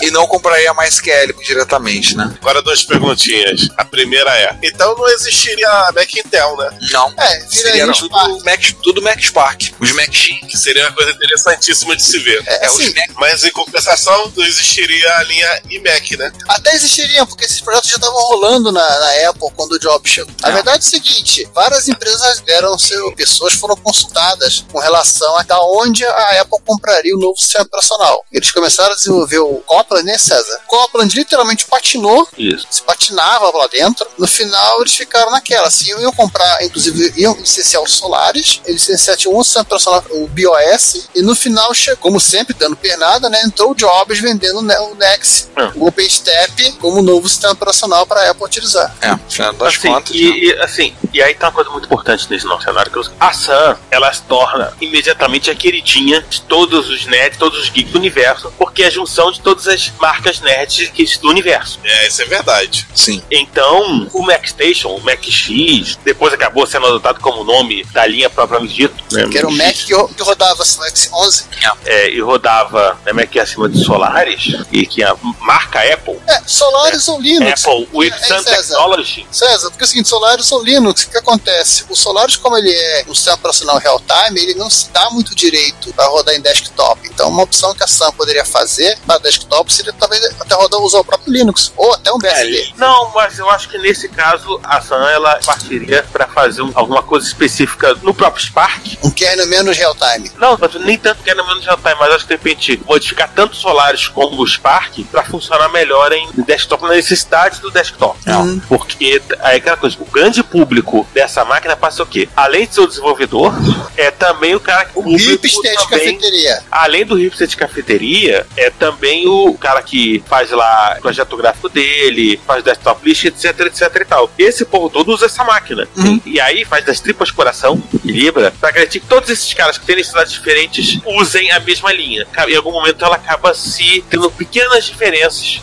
D: e não compraria mais QL diretamente, né?
C: Agora duas perguntinhas. A primeira é: então não existiria a Mac Intel, né?
D: Não.
E: É, viraria
D: Seria
E: os
D: tudo Mac, tudo Mac Spark. Os Mac X.
C: Que seria uma coisa interessantíssima de se ver.
D: É,
E: assim,
D: os Mac.
C: Mas em compensação, não existiria a linha iMac, né?
E: Até existiriam, porque esses projetos já estavam rolando na, na Apple quando o Jobs chegou. A
D: É.
E: verdade é o seguinte: várias empresas deram seu. Pessoas foram consultadas com relação a da onde a Apple compraria o novo sistema operacional. Eles começaram a desenvolver o Copland, né, César? Copland literalmente patinou
B: Isso.
E: se patinava lá dentro. No final, eles ficaram naquela. Assim, iam comprar, inclusive, iam licenciar o Solaris, eles licenciaram tinha um centro operacional, o BOS, e no final, chegou, como sempre, dando pernada, né? Entrou o Jobs vendendo o Ne- o Nex,
B: Ah.
E: o OpenStep, como novo sistema operacional para a Apple utilizar.
D: É, afinal das
B: Assim,
D: contas. né?
B: e, e, assim, e aí tem uma coisa muito importante nesse nosso cenário. Que eu- a Sam, ela se torna imediatamente a queridinha de todos os nerds, todos os geeks do universo, porque é a junção de todas as marcas nerds que existem do universo.
C: É, isso é verdade.
D: Sim.
B: Então, o Mac Station, o Mac X, depois acabou sendo adotado como nome da linha propriamente dito. né?
E: Que era o Mac que, ro- que rodava assim, no X11.
B: É, e rodava né, Mac acima de Solaris, e que a marca Apple,
E: É, Solaris ou Linux.
B: Apple with
E: É,
B: Sun
E: César.
B: Technology,
E: César, porque é o seguinte, Solaris ou Linux, o que acontece? O Solaris, como ele é um sistema operacional real-time, ele não se dá muito direito para rodar em desktop. Então, uma opção que a Sam poderia fazer para desktop seria talvez até rodar, usar o próprio Linux, ou até um BSD.
B: Não, mas eu acho que nesse caso a Sam ela partiria pra fazer um- alguma coisa específica no próprio Spark.
E: Um kernel menos real-time.
B: Não, mas nem tanto que é era menos Time, tá, mas acho que de repente modificar tanto o Solaris como o Spark pra funcionar melhor em desktop, na necessidade do desktop.
D: Não.
B: Porque aí é aquela coisa, o grande público dessa máquina passa o quê? Além de ser o desenvolvedor, é também o cara que
E: O hipster de
B: também-
E: cafeteria.
B: Além do hipster de cafeteria, é também o cara que faz lá o projeto gráfico dele, faz desktop list, etc, etc e tal. Esse povo todo usa essa máquina. E aí faz das tripas coração e Libra pra garantir que todos esses caras que têm necessidades diferentes usem a mesma linha. Ca- Em algum momento ela acaba se tendo pequenas diferenças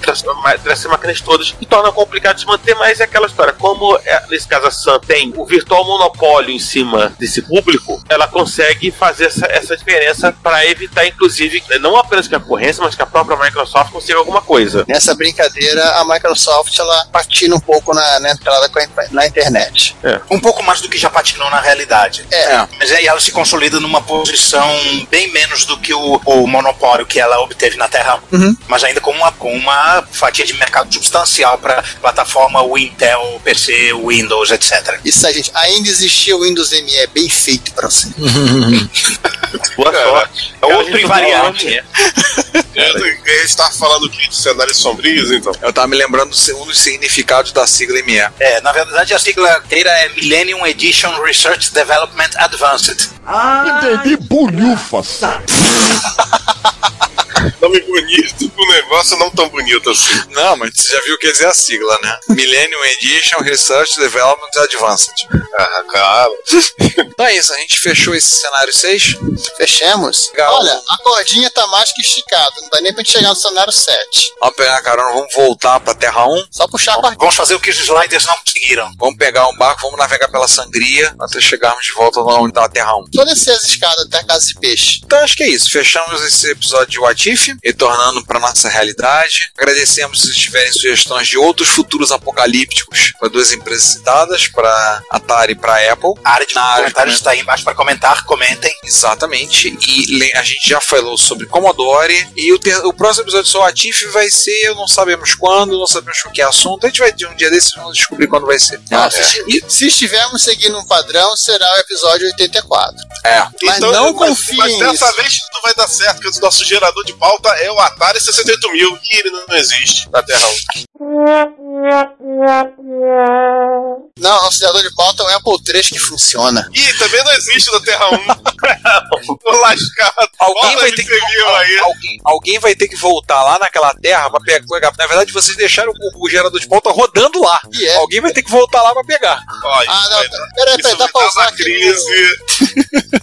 B: dessas máquinas todas e torna complicado de manter, mas é aquela história. Como é, nesse caso a Sam tem o virtual monopólio em cima desse público, ela consegue fazer essa, essa diferença para evitar, inclusive, né, não apenas que a concorrência, mas que a própria Microsoft consiga alguma coisa.
E: Nessa brincadeira, a Microsoft ela patina um pouco na, na entrada com a in- na internet.
F: Um pouco mais do que já patinou na realidade.
E: É.
F: Mas aí ela se consolida numa posição bem menos do que o, o monopólio que ela obteve na Terra.
D: Uhum.
F: Mas ainda com uma, com uma fatia de mercado substancial para plataforma Intel, PC, Windows, etc.
E: Isso aí, gente. Ainda existia o Windows ME bem feito para você.
B: Boa
C: Cara,
B: sorte.
C: é
B: Cara,
C: outro
B: a gente não
F: invariante.
B: fala, né?
C: A gente tava falando aqui de cenários sombrios, então.
D: Eu tava me lembrando de um dos significados da sigla ME.
F: É, na verdade a sigla inteira é Millennium Edition Research Development Advanced.
G: Entendi, bolhufas.
C: Nome bonito pro negócio não tão bonito assim.
D: Não, mas você já viu o que dizer a sigla, né? Millennium Edition Research Development Advanced.
C: Ah, claro.
D: Então é isso, a gente fechou esse cenário 6.
E: Fechamos?
D: Legal.
E: Olha, a cordinha tá mais que esticada. Não dá nem pra gente chegar no cenário 7.
D: Vamos pegar a carona, vamos voltar pra Terra 1.
E: Só puxar a parte.
F: Vamos fazer o que os sliders não conseguiram.
D: Vamos pegar um barco, vamos navegar pela sangria até chegarmos de volta na onde tá a Terra 1.
E: Só descer as escadas até a casa de peixe.
D: Então acho que é isso. Fechamos esse episódio de Watif, retornando para nossa realidade. Agradecemos se tiverem sugestões de outros futuros apocalípticos para duas empresas citadas, para Atari e para Apple.
F: A área de
D: Na área de
F: comentários está aí embaixo para comentar, comentem.
D: Exatamente. E le- a gente já falou sobre Commodore. E o, ter- o próximo episódio sobre o Atif vai ser, eu não sabemos quando, não sabemos o que é assunto. A gente vai de um dia desse vamos descobrir quando vai ser.
E: Ah,
D: é.
E: se,
D: E-
E: se estivermos seguindo um padrão, será o episódio 84.
D: é.
E: Mas não confie
C: Mas dessa
E: nisso.
C: vez não vai dar certo, porque o nosso gerador de pauta é o Atari 68 mil e ele não existe na Terra 1.
E: Não, o cidadão de pauta é um Apple 3 que funciona.
C: E também não existe na Terra 1. Tô lascado.
D: Alguém
C: Bota
D: vai,
C: me
D: ter que
C: serviu
D: voltar,
C: aí.
D: alguém, alguém vai ter que voltar lá naquela terra pra pegar. Na verdade, vocês deixaram o, o gerador de pauta rodando lá.
E: E é.
D: Alguém vai ter que voltar lá pra pegar.
C: Ó, isso
E: Ah, não,
C: vai-
E: peraí,
C: isso
E: peraí, dá
C: vai
E: pra usar
C: causar
E: aqui.
C: crise.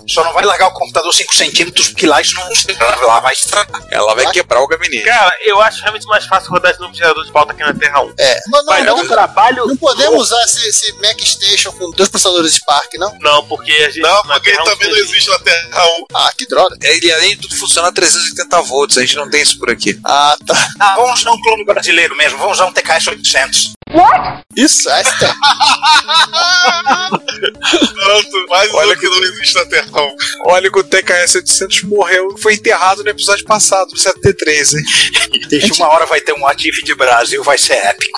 F: Só não vai largar o computador 5 centímetros, porque lá isso não estrava, lá vai estragar.
D: Ela vai quebrar o gabinete.
B: Cara, eu acho realmente mais fácil rodar esse novo gerador de pauta aqui na Terra 1.
E: É. Mas não,
B: Mas é um
E: não,
B: trabalho.
E: não podemos usar esse, esse Mac Station com dois processadores de Spark, não?
B: Não, porque a gente.
C: Não,
B: na
C: porque
B: Terra 1
C: também não existe na Terra 1.
E: Ah, que droga.
D: Ele, É, além de tudo, funciona a 380 volts. A gente não tem isso por aqui.
E: Ah, tá.
F: Ah, vamos usar um clone brasileiro mesmo, vamos usar um TKS 800.
E: Isso, aí você tem.
C: Pronto, mais
D: Olha
C: um que não existe na Terra 1.
D: Olha que o TKS 800 morreu, foi enterrado no episódio passado, no 73, hein?
F: Deixa uma hora vai ter um Atif de Brasil, vai ser épico.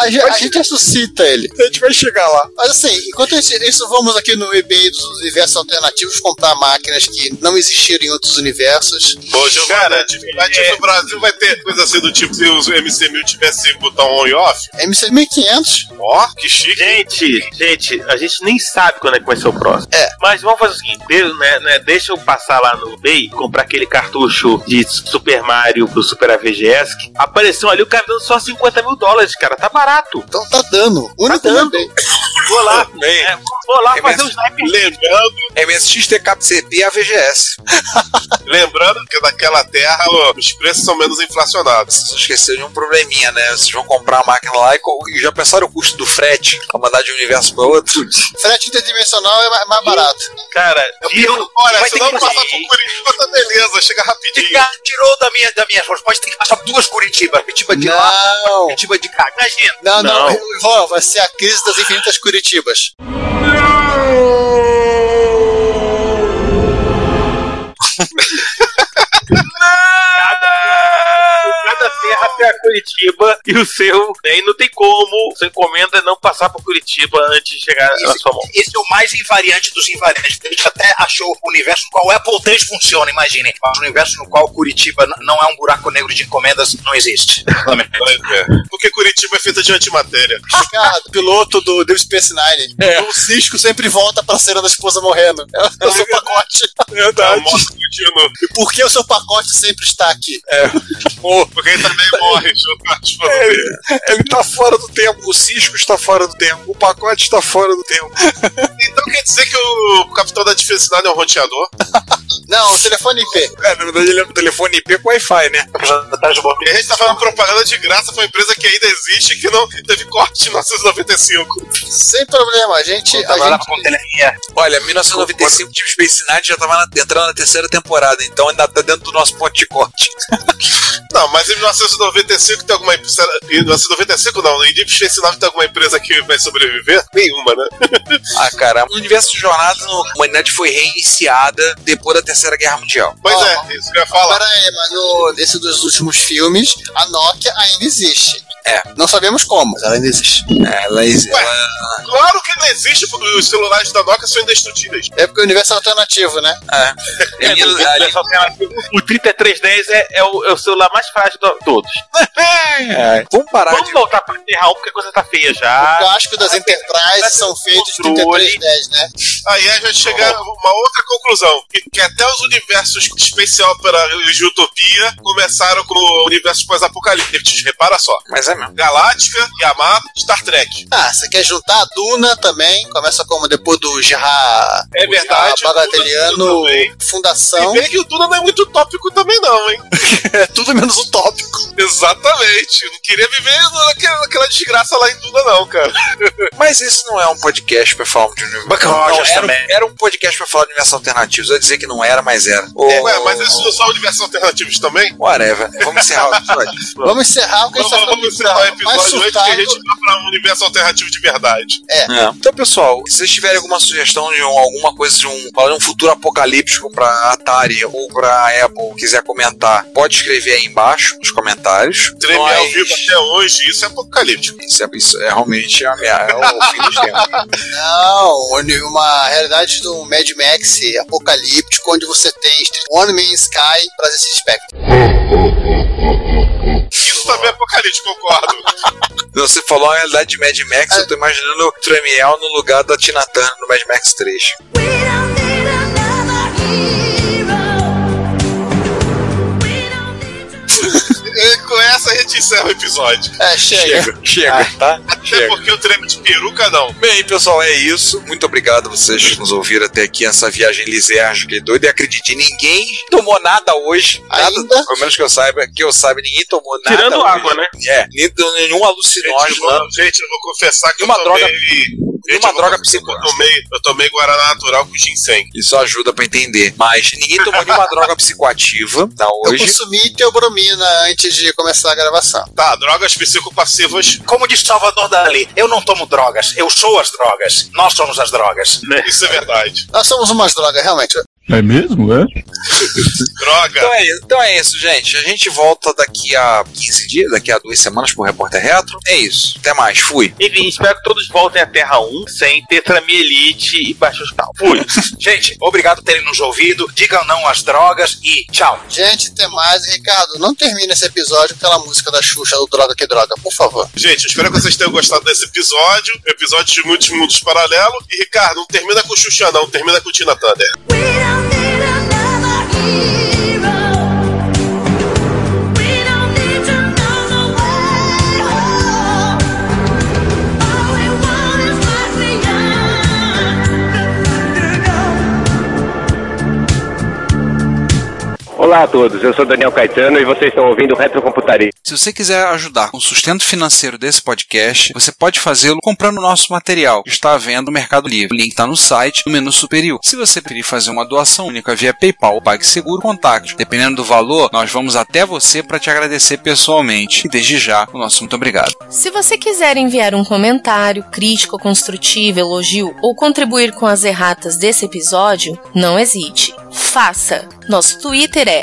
E: A, gente- a gente ressuscita ele.
D: A gente vai chegar lá.
E: Mas assim, enquanto isso- isso, vamos aqui no eBay dos universos alternativos comprar máquinas que não existiram em outros universos.
C: Bom, Giovanna,
B: Cara,
C: atividade
B: é-
C: no Brasil vai ter coisa assim do tipo se os MC1000 tivesse botão on e off.
E: MC1500,
C: Ó, que chique.
B: Gente, gente, a gente nem sabe quando é que vai ser o próximo.
E: É.
B: Mas vamos fazer o seguinte: de- né, né, deixa eu passar lá no eBay, comprar aquele cartucho de Super Mario pro Super AVGS. que Apareceu ali o cara dando só 50 mil dólares, cara. Tá barato.
E: então tá dando. Único
B: dando.
E: no eBay.
C: Vou lá.
D: Bem,
B: Vou lá
D: É
B: fazer
D: mesmo?
B: o sniper.
C: Lembrando,
D: É, MSX, TKCP e AVGS.
C: lembrando que naquela terra ó, os preços são menos inflacionados.
D: Vocês esqueceram de um probleminha, né? Vocês vão comprar a máquina lá e co- e já pensaram o custo do frete pra mandar de um universo pra outro?
E: Frete interdimensional é mais- mais barato.
B: Cara,
C: Eu
B: e eu-
C: digo, olha,
B: vai
C: se
B: ter
C: não
B: que
C: passar
B: fazer.
C: por Curitiba, tá beleza, chega
F: Tem que
C: rapidinho.
F: dar- Tirou da minha, da minha resposta. Pode ter que passar duas Curitiba. Curitiba de lá,
E: Não.
F: Curitiba de cá. Imagina.
E: Não, não,
B: Não.
E: Vó, vai ser a crise das infinitas Curitibas.
B: Cada terra até a Curitiba e o seu. né? E não tem como sua encomenda não passar por Curitiba antes de chegar na
F: Isso.
B: sua mão.
F: Esse é o mais invariante dos invariantes. A gente até achou o universo no qual o Apple III funciona, imaginem. Mas o universo no qual Curitiba n- não é um buraco negro de encomendas não existe. Lamento.
C: Vai ver. Porque Curitiba é feita de antimatéria.
E: Ricardo, piloto do Deep Space Nine. O Cisco sempre volta pra cena da esposa morrendo. É o seu pacote.
C: Tá morto contínuo.
E: E por que o seu pacote sempre está aqui?
C: Porque ele também morre junto com a esposa
E: É.
C: dele.
D: Ele tá fora do tempo, o Cisco está fora do tempo, o pacote está fora do tempo.
C: Então quer dizer que o capitão da defensidade é um roteador?
E: Não, o telefone IP.
D: É, na verdade ele é um telefone IP com Wi-Fi, né?
C: E a gente tá fazendo propaganda de graça pra uma empresa que ainda existe, que não teve corte em 1995.
E: Sem problema, a gente. A
F: Trabalhava
E: gente
F: com telefonia.
D: Olha, 1995 Deep Space Nine já tava na- entrando na terceira temporada, então ainda tá dentro do nosso ponto de corte.
C: Não, mas em 1995 tem alguma empresa. Em 1995 não, em Deep Space Nine tem alguma empresa que vai sobreviver? Nenhuma, né?
D: Ah, cara, o universo de jornada no a humanidade foi reiniciada depois da Terceira Guerra Mundial.
C: Pois
E: Ó,
C: é, isso que eu ia falar.
E: Pera aí, mas no, nesse dos últimos filmes, a Nokia ainda existe.
D: É.
E: Não sabemos como, mas ela ainda existe.
D: Ela, ela, é
C: Claro que não existe, porque os celulares da Nokia são indestrutíveis.
E: É porque o universo é alternativo, né?
B: É,
C: É,
D: ele- ali-
B: Essa alternativa, O 3310 é, é o, é o celular mais frágil de todos.
D: é, vamos parar
B: Vamos
D: de.
B: voltar pra Terra 1 porque a coisa tá feia
C: Ah,
E: O
B: já.
E: casco
C: é-
E: das Enterprise
C: um
E: são feitos de
B: controle.
E: 3310, né?
C: Aí a gente chega a uma outra conclusão: que, que até os universos Space Opera e Utopia começaram com universos pós-apocalípticos. Repara só:
D: Mas é mesmo.
C: Galáctica, Yamato, Star Trek.
E: Ah, você quer juntar a Duna também? Começa como depois do Gerard
C: É verdade.
E: Ah, bagateliano.
C: Duna também. E
E: Fundação.
C: vê que o Duna não é muito utópico também, não, hein?
E: É tudo menos utópico.
C: Exatamente. Eu não queria viver naquela, naquela desgraça lá em Duna, não, cara.
D: Mas esse não é um podcast pra falar de universo.
F: Buck
D: Não,
F: Rogers
D: era,
F: também.
D: um- era um podcast pra falar de universo alternativo. Eu ia dizer que não era, mas era.
C: É, Ué, mas esses não são universos alternativos também?
D: Whatever. Vamos encerrar o episódio.
E: Vamos encerrar o que a
C: Vamos,
E: gente tá
C: vamos encerrar o
E: mais
C: episódio antes que a gente vá pra um universo alternativo de verdade.
D: É. Então, pessoal, se vocês tiverem alguma sugestão de um- alguma coisa de um, falando de um futuro apocalíptico pra Atari ou pra Apple, quiser comentar, pode escrever aí embaixo nos comentários.
C: Treme
D: Nós-
C: ao vivo até hoje, isso é apocalíptico.
D: Isso é, isso é realmente a minha, é o fim dos tempos.
E: Não, onde uma realidade do Mad Max apocalíptico, onde você tem One Man Sky pra esse espectro.
C: Isso também é apocalíptico, concordo.
D: Você falou a realidade de Mad Max, eu tô imaginando o Tremiel no lugar da Tina Turner no Mad Max 3.
C: E com essa a gente encerra o episódio.
E: É, chega.
D: chega, tá?
C: Até
D: Chega.
C: porque eu treme de peruca, não.
D: Bem, pessoal, é isso. Muito obrigado a vocês que nos ouviram até aqui essa viagem lisérgica e é doida. E acredite, ninguém tomou nada hoje. Nada,
E: Ainda?
D: pelo menos que eu saiba, que eu saiba, ninguém tomou nada.
B: Tirando
D: hoje.
B: água, né?
D: É, nem- nenhum
C: Gente, eu
D: alucinógeno.
C: vou, gente, eu vou confessar que
D: E uma
C: eu tomei.
D: droga-
C: Gente,
D: uma
C: eu vou
D: droga
C: confessar que eu
D: psicoativa.
C: tomei, eu tomei Guaraná natural com ginseng.
D: Isso ajuda pra entender. Mas ninguém tomou nenhuma droga psicoativa, tá?
E: Eu
D: Hoje.
E: consumi teobromina antes de começar a gravação.
C: Tá, drogas psicopassivas.
F: Como diz Salvador Dali, eu não tomo drogas, eu sou as drogas. Nós somos as drogas.
C: Isso é verdade.
E: Nós somos umas drogas, realmente.
G: É mesmo, é?
C: Droga.
D: Então é, isso, então é isso, gente. A gente volta daqui a 15 dias, daqui a duas semanas pro Repórter Retro. É isso. Até mais. Fui.
B: Enfim, espero que todos voltem à Terra 1 sem tetramielite e baixo hospital. Fui.
F: Gente, obrigado por terem nos ouvido. Digam não às drogas e tchau.
E: Gente, até mais. Ricardo, não termina esse episódio pela música da Xuxa do Droga que Droga, por favor.
C: Gente, eu espero que vocês tenham gostado desse episódio. Episódio de muitos mundos paralelos. E Ricardo, não termina com Xuxa, não. Termina com Tina Thunder.
I: All we want is what we Olá a todos, eu sou Daniel Caetano e vocês estão ouvindo Retrocomputaria.
D: Se você quiser ajudar com o sustento financeiro desse podcast, você pode fazê-lo comprando o nosso material, que está à venda no Mercado Livre. O link está no site, no menu superior. Se você preferir fazer uma doação única via PayPal ou PagSeguro, contate. Dependendo do valor, nós vamos até você para te agradecer pessoalmente. E desde já, o nosso muito obrigado.
J: Se você quiser enviar um comentário, crítica, construtiva, elogio ou contribuir com as erratas desse episódio, não hesite. Faça! Nosso Twitter é